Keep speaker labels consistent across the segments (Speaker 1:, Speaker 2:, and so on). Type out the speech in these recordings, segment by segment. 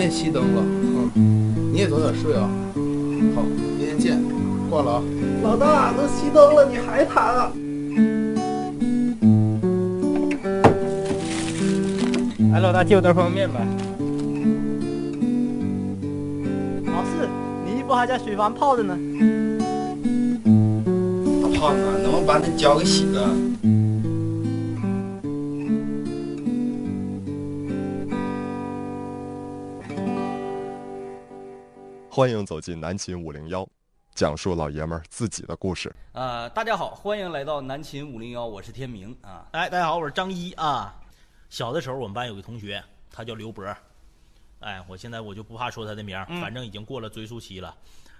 Speaker 1: 也熄灯了，嗯，你也早点睡啊。好，明天见，挂了啊。
Speaker 2: 老大都熄灯了，你还谈啊？
Speaker 3: 哎，老大借我袋方便面呗。
Speaker 2: 老四，你衣服还在水房泡着呢。
Speaker 4: 大胖子，能不能把那脚给洗了？
Speaker 5: 欢迎走进南秦五零幺，讲述老爷们儿自己的故事。
Speaker 6: 呃，大家好，欢迎来到南秦五零幺，我是天明啊。
Speaker 7: 哎，大家好，我是张一啊。小的时候，我们班有个同学，他叫刘博。哎，我现在我就不怕说他的名儿，
Speaker 6: 嗯
Speaker 7: 反正已经过了追溯期了，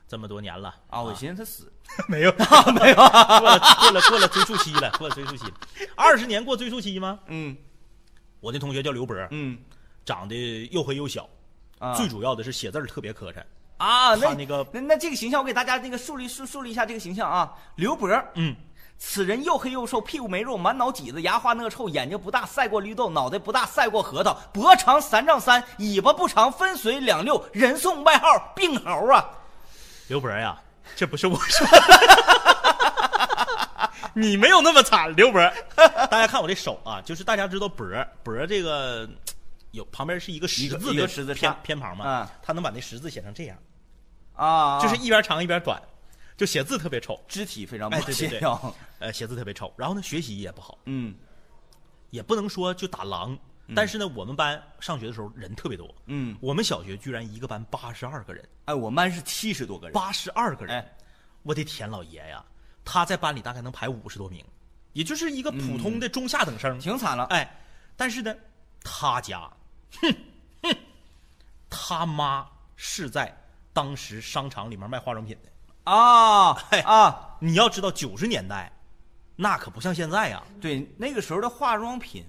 Speaker 7: 这么多年了
Speaker 6: 啊，我寻思他死，
Speaker 7: 没有没有，过了过了过了追溯期了，过了追溯期了，二十年过追溯期吗？
Speaker 6: 嗯
Speaker 7: 我的同学叫刘博，
Speaker 6: 嗯
Speaker 7: 长得又黑又小，
Speaker 6: 啊，
Speaker 7: 最主要的是写字儿特别磕碜。
Speaker 6: 啊，那
Speaker 7: 他那个
Speaker 6: 那那这个形象，我给大家那个树立树树立一下这个形象啊。刘博，
Speaker 7: 嗯，
Speaker 6: 此人又黑又瘦，屁股没肉，满脑挤子，牙花那臭，眼睛不大赛过绿豆，脑袋不大赛过核桃，脖长三丈三，尾巴不长，分随两六，人送外号病猴啊。
Speaker 7: 刘博呀，这不是我说的， 你没有那么惨，刘博。大家看我这手啊，就是大家知道博博这个有旁边是一个十字的
Speaker 6: 一个十字
Speaker 7: 偏
Speaker 6: 叉
Speaker 7: 偏旁嘛，
Speaker 6: 啊
Speaker 7: 他能把那十字写成这样，
Speaker 6: 啊，
Speaker 7: 就是一边长一边短，就写字特别丑，
Speaker 6: 肢体非常
Speaker 7: 哎
Speaker 6: 不
Speaker 7: 对
Speaker 6: 协
Speaker 7: 对对
Speaker 6: 调。
Speaker 7: 呃，写字特别丑。然后呢，学习也不好，
Speaker 6: 嗯
Speaker 7: 也不能说就打狼，但是呢，我们班上学的时候人特别多，
Speaker 6: 嗯，
Speaker 7: 我们小学居然一个班八十二个人，
Speaker 6: 哎，我们班是七十多个人，
Speaker 7: 八十二个人，
Speaker 6: 哎
Speaker 7: 我的天老爷呀，他在班里大概能排五十多名，也就是一个普通的中下等生。
Speaker 6: 嗯挺惨了。
Speaker 7: 哎，但是呢，他家，哼哼，他妈是在当时商场里面卖化妆品的。
Speaker 6: 啊
Speaker 7: 哎
Speaker 6: 啊！
Speaker 7: 你要知道，九十年代，那可不像现在呀。啊
Speaker 6: 对，那个时候的化妆品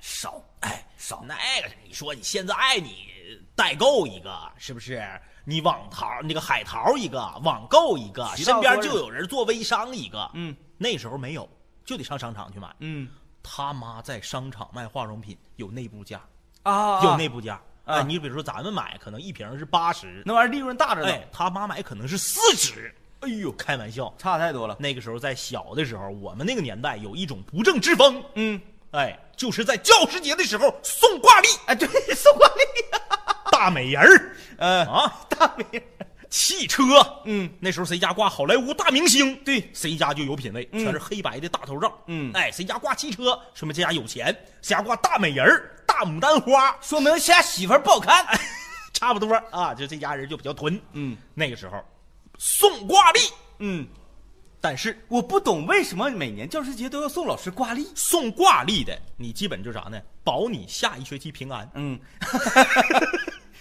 Speaker 6: 少，哎，少。
Speaker 7: 那个，你说你现在你代购一个是不是？你网淘那个海淘一个，网购一个，
Speaker 6: 渠道多
Speaker 7: 身
Speaker 6: 着
Speaker 7: 边就有人做微商一个。
Speaker 6: 嗯，
Speaker 7: 那时候没有，就得上商场去买。
Speaker 6: 嗯
Speaker 7: 他妈在商场卖化妆品有内部价，
Speaker 6: 啊，
Speaker 7: 有内部价哎
Speaker 6: 啊
Speaker 7: 你比如说咱们买可能一瓶是八十，
Speaker 6: 那玩意儿利润大着呢，
Speaker 7: 哎，他妈买可能是四十。哎呦，开玩笑！
Speaker 6: 差太多了。
Speaker 7: 那个时候在小的时候，我们那个年代有一种不正之风，
Speaker 6: 嗯，
Speaker 7: 哎，就是在教师节的时候送挂历、
Speaker 6: 哎， 对，送快递，
Speaker 7: 大美人儿
Speaker 6: 呃，
Speaker 7: 啊，
Speaker 6: 大美人，
Speaker 7: 汽车，
Speaker 6: 嗯，
Speaker 7: 那时候谁家挂好莱坞大明星，对，谁家就有品位，全是黑白的大头照，
Speaker 6: 嗯
Speaker 7: 哎，谁家挂汽车，说明这家有钱；谁家挂大美人儿、大牡丹花，
Speaker 6: 说明现在媳妇儿不好看。
Speaker 7: 差不多啊，就这家人就比较囤。
Speaker 6: 嗯，
Speaker 7: 那个时候送挂历，
Speaker 6: 嗯，
Speaker 7: 但是
Speaker 6: 我不懂为什么每年教师节都要送老师挂历。
Speaker 7: 送挂历的，你基本就啥呢？保你下一学期平安。
Speaker 6: 嗯，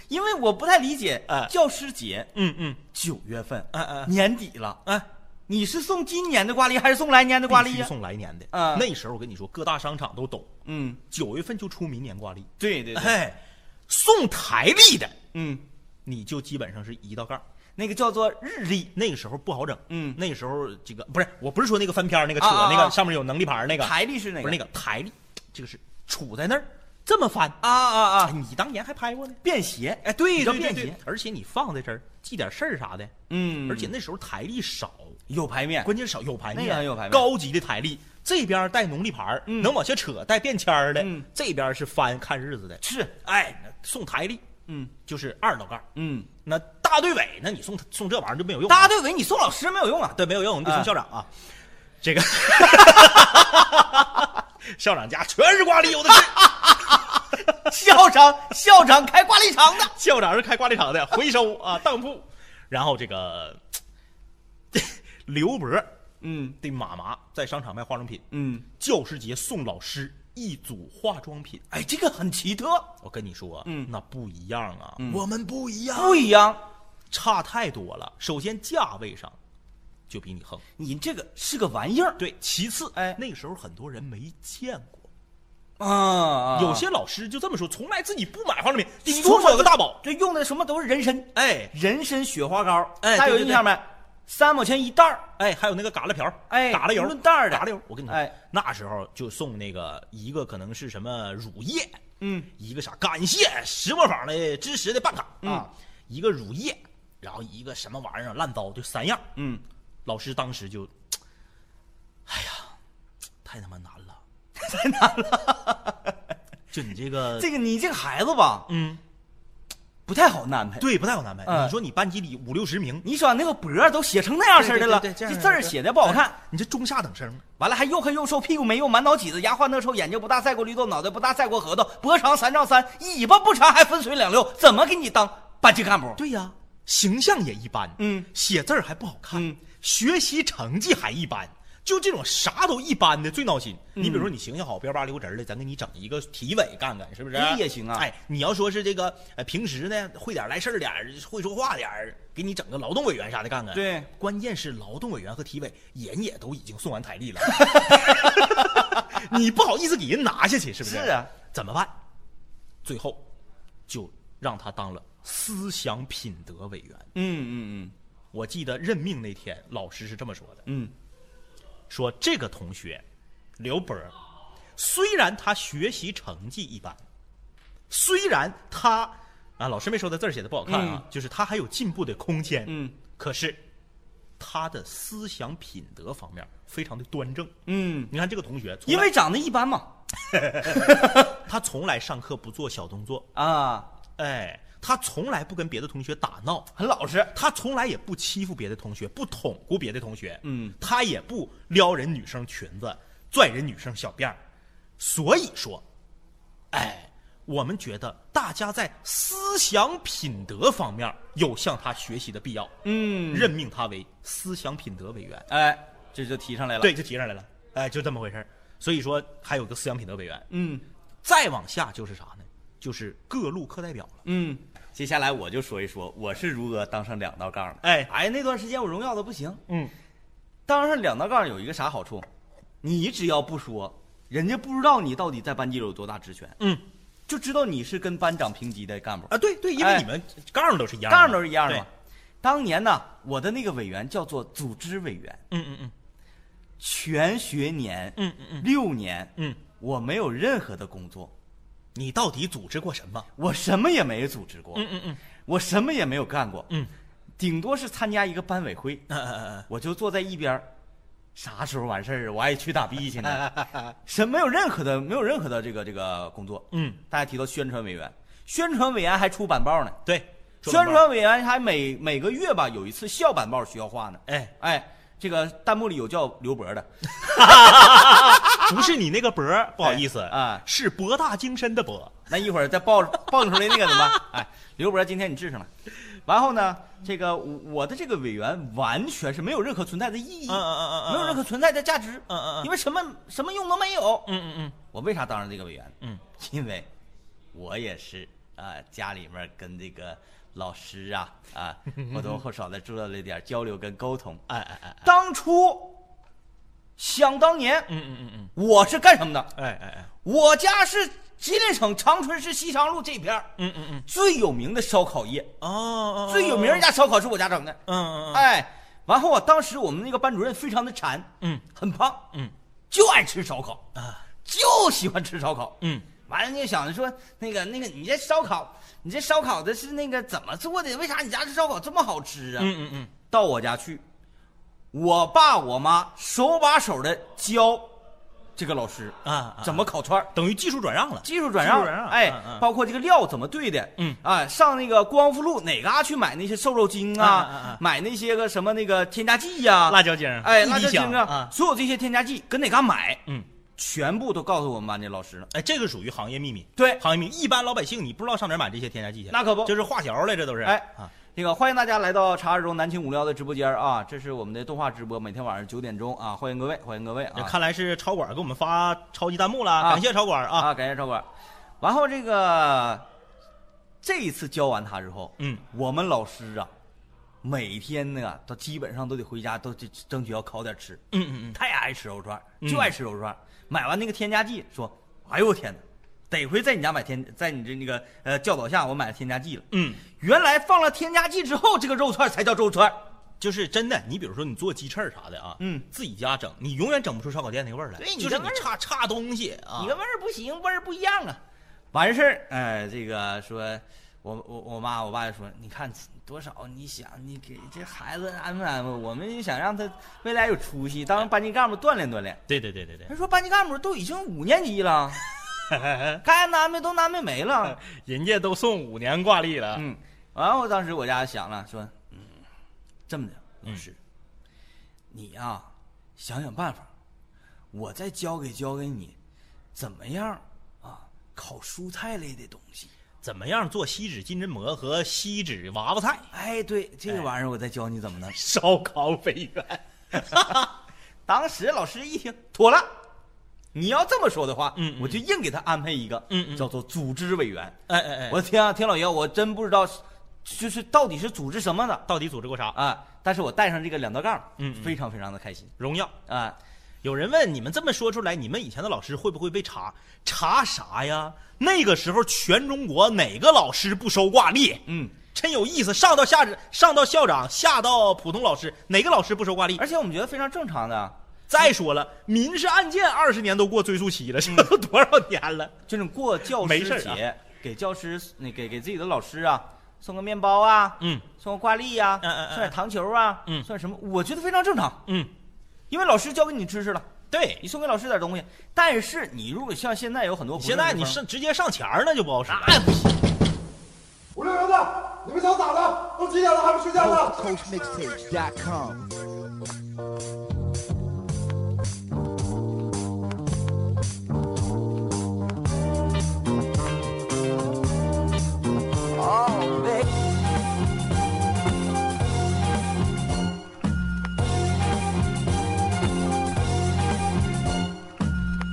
Speaker 6: 因为我不太理解，
Speaker 7: 哎
Speaker 6: 教师节
Speaker 7: 嗯嗯，
Speaker 6: 九月份，
Speaker 7: 哎哎
Speaker 6: 年底了，
Speaker 7: 哎，
Speaker 6: 你是送今年的挂历还是送来年的挂
Speaker 7: 必
Speaker 6: 历啊
Speaker 7: 须
Speaker 6: 呀？
Speaker 7: 送来年的。
Speaker 6: 嗯
Speaker 7: 那时候我跟你说，各大商场都懂，
Speaker 6: 嗯，
Speaker 7: 九月份就出明年挂历。
Speaker 6: 对对对，
Speaker 7: 哎，送台历的，
Speaker 6: 嗯，
Speaker 7: 你就基本上是一道杠。
Speaker 6: 那个叫做日历。
Speaker 7: 那个时候不好整，
Speaker 6: 嗯
Speaker 7: 那个时候这个不是，我不是说那个翻篇儿那个扯
Speaker 6: 啊啊啊
Speaker 7: 那个上面有能力牌儿那个，
Speaker 6: 台历是哪个？
Speaker 7: 不是那个台历，这个是杵在那儿这么翻
Speaker 6: 啊啊
Speaker 7: 哎
Speaker 6: 啊！
Speaker 7: 你当年还拍过呢，
Speaker 6: 便携，哎，对
Speaker 7: 比较
Speaker 6: 对
Speaker 7: 便
Speaker 6: 便
Speaker 7: 携
Speaker 6: 携，，
Speaker 7: 而且你放在这儿记点事儿啥的，
Speaker 6: 嗯
Speaker 7: 而且那时候台历少，
Speaker 6: 有牌面，
Speaker 7: 关键是少有牌面，
Speaker 6: 那个还有牌面
Speaker 7: 高级的台历，这边带农历牌儿，
Speaker 6: 嗯
Speaker 7: 能往下扯带便签儿的，
Speaker 6: 嗯
Speaker 7: 这边是翻看日子的，
Speaker 6: 是，
Speaker 7: 哎，那送台历
Speaker 6: 嗯
Speaker 7: 就是二道杠儿，
Speaker 6: 嗯，
Speaker 7: 那大队委那你送他送这玩意儿就没有用了，啊
Speaker 6: 大家队委你送老师没有用啊，
Speaker 7: 对，没有用，你得送
Speaker 6: 啊
Speaker 7: 校长啊。这个 校长家全是挂历，有 的是。
Speaker 6: 校长校长开挂历厂的，
Speaker 7: 校长是开挂历厂的，回收啊，当铺。然后这个 刘博
Speaker 6: 嗯
Speaker 7: 的妈妈在商场卖化妆品，
Speaker 6: 嗯，
Speaker 7: 教师节送老师一组化妆品。
Speaker 6: 哎，这个很奇特，
Speaker 7: 我跟你说，
Speaker 6: 嗯
Speaker 7: 那不一样啊，
Speaker 6: 嗯
Speaker 7: 我们不一样，
Speaker 6: 不一样，
Speaker 7: 差太多了。首先价位上就比你横，
Speaker 6: 你这个是个玩意儿，
Speaker 7: 对。其次，
Speaker 6: 啊哎
Speaker 7: 那个时候很多人没见过。
Speaker 6: 啊，
Speaker 7: 有些老师就这么说，从来自己不买化妆品，顶
Speaker 6: 从
Speaker 7: 多
Speaker 6: 小
Speaker 7: 买个大宝。
Speaker 6: 这用的什么都是人参，
Speaker 7: 哎
Speaker 6: 人参雪花膏，
Speaker 7: 哎
Speaker 6: 大家有
Speaker 7: 对对
Speaker 6: 印象没？三毛钱一袋儿，
Speaker 7: 哎，还有那个嘎啦瓢儿，
Speaker 6: 哎
Speaker 7: 嘎啦油，
Speaker 6: 润袋儿的
Speaker 7: 嘎啦油。我跟你说，
Speaker 6: 哎
Speaker 7: 那时候就送那个一个可能是什么乳液，
Speaker 6: 嗯，
Speaker 7: 一个啥？感谢石磨坊的支持的办卡啊，一个乳液，然后一个什么玩意儿烂糟，就三样。
Speaker 6: 嗯，
Speaker 7: 老师当时就，哎呀，太他妈难 了，太难了。 就你这个，
Speaker 6: 呃这个你这个孩子吧，
Speaker 7: 嗯，
Speaker 6: 不太好安排。
Speaker 7: 对，不太好安排。
Speaker 6: 嗯
Speaker 7: 你说你班级里五六十名，
Speaker 6: 你想那个脖都写成那样式儿的了，
Speaker 7: 对对对对这样
Speaker 6: 字儿
Speaker 7: 式儿
Speaker 6: 写的不好看。
Speaker 7: 你这中下等生，
Speaker 6: 完了还又黑又瘦，屁股没用，满脑脊子，牙花那臭，眼睛不大赛过绿豆，脑袋不大赛过核桃，脖长三丈三，尾巴不长还分水两溜，怎么给你当班级干部？
Speaker 7: 对呀、形象也一般，
Speaker 6: 嗯
Speaker 7: 写字儿还不好看，
Speaker 6: 嗯
Speaker 7: 学习成绩还一般，就这种啥都一般的最闹心。
Speaker 6: 嗯
Speaker 7: 你比如说你形象好，标八溜直儿的，咱给你整一个体委干干，是不是？
Speaker 6: 哎也行啊
Speaker 7: 哎，你要说是这个，呃，平时呢会点儿来事儿点儿，会说话点儿，给你整个劳动委员啥的干干。
Speaker 6: 对，
Speaker 7: 关键是劳动委员和体委人也都已经送完台 历了，你不好意思给人拿下去，是不是？
Speaker 6: 是啊，
Speaker 7: 怎么办？最后就让他当了思想品德委员。
Speaker 6: 嗯嗯
Speaker 7: 我记得任命那天，老师是这么说的：
Speaker 6: 嗯
Speaker 7: 说这个同学刘博儿，虽然他学习成绩一般，虽然他啊，老师没说他字儿写的不好看啊，就是他还有进步的空间。
Speaker 6: 嗯，
Speaker 7: 可是他的思想品德方面非常的端正。
Speaker 6: 嗯嗯，
Speaker 7: 你看这个同学，从
Speaker 6: 因
Speaker 7: 来
Speaker 6: 为长得一般嘛
Speaker 7: 他从来上课不做小动作，
Speaker 6: 啊，
Speaker 7: 哎，他从来不跟别的同学打闹，
Speaker 6: 很老实。
Speaker 7: 他从来也不欺负别的同学，不捅咕别的同学，
Speaker 6: 嗯，
Speaker 7: 他也不撩人女生裙子，拽人女生小辫儿，所以说，哎，我们觉得大家在思想品德方面有向他学习的必要，
Speaker 6: 嗯，
Speaker 7: 任命他为思想品德委员，
Speaker 6: 哎，这就提上来了。，
Speaker 7: 对，就提上来了，哎，就这么回事儿所以说，还有个思想品德委员，
Speaker 6: 嗯
Speaker 7: 再往下就是啥呢？就是各路课代表了。
Speaker 6: 嗯。接下来我就说一说我是如何当上两道杠的。
Speaker 7: 哎
Speaker 6: 哎，那段时间我荣耀的不行，
Speaker 7: 嗯，
Speaker 6: 当上两道杠有一个啥好处？你只要不说，人家不知道你到底在班级里有多大职权，
Speaker 7: 嗯，
Speaker 6: 就知道你是跟班长平级的干部，
Speaker 7: 啊，对对，因
Speaker 6: 哎
Speaker 7: 为你们杠都是一样的，
Speaker 6: 杠都是一样的嘛
Speaker 7: 对。
Speaker 6: 当年呢，我的那个委员叫做组织委员，
Speaker 7: 嗯嗯嗯
Speaker 6: 全学年，
Speaker 7: 嗯嗯嗯
Speaker 6: 六年，
Speaker 7: 嗯，
Speaker 6: 我没有任何的工作，
Speaker 7: 你到底组织过什么？
Speaker 6: 我什么也没组织过，
Speaker 7: 嗯嗯
Speaker 6: 我什么也没有干过，
Speaker 7: 嗯，
Speaker 6: 顶多是参加一个班委会，
Speaker 7: 嗯呃，
Speaker 6: 我就坐在一边儿，啥时候完事儿啊？我爱去打 B 去呢，什没有任何的没有任何的这个这个工作。
Speaker 7: 嗯，
Speaker 6: 大家提到宣传委员，宣传委员还出版报呢，
Speaker 7: 对，说
Speaker 6: 宣
Speaker 7: 明白
Speaker 6: 传委员还每每个月吧有一次校版报需要画呢。
Speaker 7: 哎，
Speaker 6: 哎，这个弹幕里有叫刘博的，
Speaker 7: 不是你那个博儿，不好意思
Speaker 6: 哎啊
Speaker 7: 是博大精深的博。
Speaker 6: 那一会儿再爆蹦出来那个怎么办？哎，刘博今天你治上了。然后呢，这个我我的这个委员完全是没有任何存在的意义，
Speaker 7: 嗯嗯
Speaker 6: 没有任何存在的价值，
Speaker 7: 嗯嗯嗯
Speaker 6: 因为什么什么用都没有。
Speaker 7: 嗯嗯嗯，
Speaker 6: 我为啥当上这个委员？
Speaker 7: 嗯，
Speaker 6: 因为我也是啊、家里面跟这个老师啊啊或多或少的做了一点交流跟沟通。
Speaker 7: 哎哎哎，
Speaker 6: 当初想当年，
Speaker 7: 嗯嗯嗯嗯，
Speaker 6: 我是干什么的？
Speaker 7: 哎哎哎，
Speaker 6: 我家是吉林省长春市西昌路这片儿
Speaker 7: 嗯嗯嗯，
Speaker 6: 最有名的烧烤业，
Speaker 7: 哦哦，哦
Speaker 6: 最有名儿一，家烧烤是我家整的。
Speaker 7: 嗯嗯嗯
Speaker 6: 哎，完后啊，当时我们那个班主任非常的馋，
Speaker 7: 嗯，
Speaker 6: 很胖，
Speaker 7: 嗯，
Speaker 6: 就爱吃烧烤，
Speaker 7: 啊，
Speaker 6: 就喜欢吃烧烤，
Speaker 7: 嗯。
Speaker 6: 完了就想着说，那个那个，你这烧烤，你这烧烤的是那个怎么做的？为啥你家这烧烤这么好吃啊？
Speaker 7: 嗯嗯嗯，
Speaker 6: 到我家去，我爸我妈手把手的教这个老师
Speaker 7: 啊啊
Speaker 6: 怎么烤串儿。
Speaker 7: 等于技术转让了。
Speaker 6: 技术转让，
Speaker 7: 技术转让
Speaker 6: 哎，
Speaker 7: 嗯嗯
Speaker 6: 包括这个料怎么兑的，
Speaker 7: 嗯
Speaker 6: 啊，上那个光复路哪嘎去买那些瘦肉精啊，
Speaker 7: 嗯嗯嗯嗯
Speaker 6: 买那些个什么那个添加剂呀、
Speaker 7: 辣椒精儿
Speaker 6: 哎，
Speaker 7: 一滴
Speaker 6: 辣椒精
Speaker 7: 香
Speaker 6: 啊
Speaker 7: 啊，
Speaker 6: 所有这些添加剂跟哪嘎买，
Speaker 7: 嗯，
Speaker 6: 全部都告诉我们班这老师了。
Speaker 7: 哎，这个属于行业秘密。
Speaker 6: 对
Speaker 7: 行业秘密，一般老百姓你不知道上哪儿买这些添加剂去。
Speaker 6: 那可不
Speaker 7: 这是画条来，这都是。
Speaker 6: 哎
Speaker 7: 啊，
Speaker 6: 那个欢迎大家来到茶二中南青五零幺的直播间啊，这是我们的动画直播，每天晚上九点钟啊，欢迎各位，欢迎各位
Speaker 7: 这
Speaker 6: 啊
Speaker 7: 看来是超管给我们发超级弹幕
Speaker 6: 啊
Speaker 7: 了，感谢超管啊。
Speaker 6: 啊，感谢超管。然后这个这一次教完他之后，
Speaker 7: 嗯，
Speaker 6: 我们老师啊，每天呢，都基本上都得回家，都得争取要烤点吃。
Speaker 7: 嗯嗯嗯，
Speaker 6: 太爱吃肉串儿，
Speaker 7: 嗯
Speaker 6: 就爱吃肉串儿。买完那个添加剂，说：“哎呦我天哪，得亏在你家买添，在你这那个呃教导下，我买了添加剂了。
Speaker 7: 嗯，
Speaker 6: 原来放了添加剂之后，这个肉串儿才叫肉串儿。
Speaker 7: 就是真的，你比如说你做鸡翅儿啥的啊，
Speaker 6: 嗯
Speaker 7: 自己家整，你永远整不出烧烤店那个味儿来，
Speaker 6: 对你
Speaker 7: 就是
Speaker 6: 这味
Speaker 7: 你
Speaker 6: 儿
Speaker 7: 差差东西啊，
Speaker 6: 你个味儿不行，味儿不一样啊。完事儿，哎，这个说，我我我妈我爸就说，你看多少？你想你给这孩子安排安排，我们就想让他未来有出息，
Speaker 7: 哎
Speaker 6: 当班级干部锻炼锻炼。
Speaker 7: 对对对对对，
Speaker 6: 人说班级干部都已经五年级 了，该安排都安排没了。
Speaker 7: 人家都送五年挂历了，
Speaker 6: 嗯，完后当时我家想了，说，嗯，这么的，
Speaker 7: 嗯
Speaker 6: 老师，你呀、想想办法，我再教给教给你，怎么样啊，烤蔬菜类的东西。
Speaker 7: 怎么样做锡纸金针蘑和锡纸娃娃菜？
Speaker 6: 哎，对，这个玩意儿我再教你怎么弄。
Speaker 7: 烧烤肥圆，
Speaker 6: 当时老师一听，妥了。你要这么说的话，
Speaker 7: 嗯嗯
Speaker 6: 我就硬给他安排一个，
Speaker 7: 嗯嗯
Speaker 6: 叫做组织委员。
Speaker 7: 哎哎哎，
Speaker 6: 我天啊，天老爷，我真不知道，就是到底是组织什么的
Speaker 7: 到底组织过啥？
Speaker 6: 啊！但是我带上这个两道杠，
Speaker 7: 嗯嗯
Speaker 6: 非常非常的开心
Speaker 7: 荣耀。
Speaker 6: 啊！
Speaker 7: 有人问你们这么说出来，你们以前的老师会不会被查？查啥呀？那个时候全中国哪个老师不收挂历？
Speaker 6: 嗯，
Speaker 7: 真有意思，上到下上到校长，下到普通老师，哪个老师不收挂历？
Speaker 6: 而且我们觉得非常正常的，
Speaker 7: 再说了，民事案件二十年都过追诉期了，这 都多少年了？
Speaker 6: 就是过教
Speaker 7: 没事儿
Speaker 6: 师
Speaker 7: 啊
Speaker 6: 节，给教师那给给自己的老师啊送个面包啊，
Speaker 7: 嗯
Speaker 6: 送个挂历呀、
Speaker 7: 嗯嗯嗯
Speaker 6: 送点糖球啊，
Speaker 7: 嗯
Speaker 6: 送点什么，我觉得非常正常，
Speaker 7: 嗯，
Speaker 6: 因为老师教给你知识了。
Speaker 7: 对。
Speaker 6: 你送给老师点东西，但是你如果像现在有很多不
Speaker 7: 现在你
Speaker 6: 是
Speaker 7: 上直接上前儿那就不好使了。
Speaker 1: 五六零的，你们想咋的？都几点了还不睡觉呢？
Speaker 8: CoachMixes.com. Oh, baby.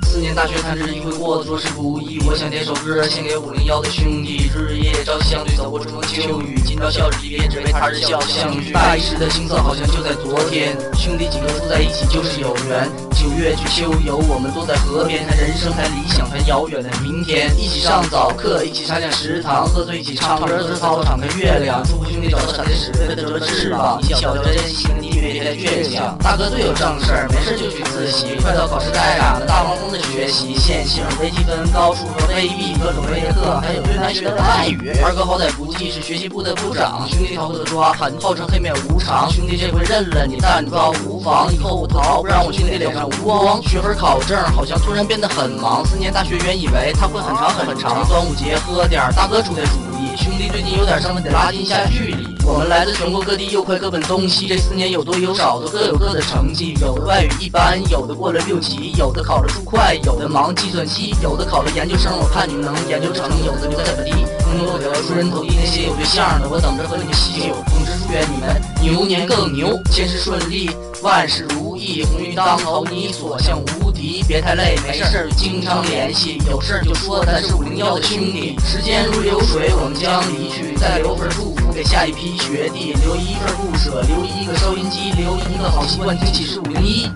Speaker 9: 四年大学看日益会过，做事不易。我想点首歌献给五零幺的兄弟，日夜朝夕相对，走过春风秋雨。今朝笑日离别，只为他日笑相聚。大一时的青涩好像就在昨天，兄弟几个住在一起就是有缘。九月去秋游，我们坐在河边，谈人生，谈理想，谈遥远的明天。一起上早课，一起上讲食堂，喝醉一起唱歌，自操敞开月亮。祝福兄弟找到闪电时，为了得翅膀。你小要珍惜的地位，别太倔强。大哥最有正事儿，没事就去自习，快到考试该赶了，大黄蜂的学习。线性、微积分、高数和微粒，各种微课，还有最难学的外语。二哥好歹不济，是学习部的部长，兄弟逃不得抓，喊号称黑面无常。兄弟这回认了你，但抓无妨，以后我逃不让我兄弟脸上无光。学分考证好像突然变得很忙，四年大学原以为他会很长很长。端午节喝点儿大哥出的主意。兄弟最近有点身份，得拉近一下距离。我们来自全国各地，又快各奔东西。这四年有多有少，都各有各的成绩。有的外语一般，有的过了六级，有的考了注会，有的忙计算机，有的考了研究生。我看你们能研究成，有的留在本地工作留出人头地。那些有对象的，我等着和你们喜酒。总之祝愿你们牛年更牛，千事顺利，万事如意，鸿运当头，你所向无敌。别太累，没事儿就经常联系，有事儿就说咱是五零幺的兄弟。时间如流水，我们将离去，再留份祝福给下一批学弟，留一份不舍，留一个收音机，留一个好习惯，听起是五零一。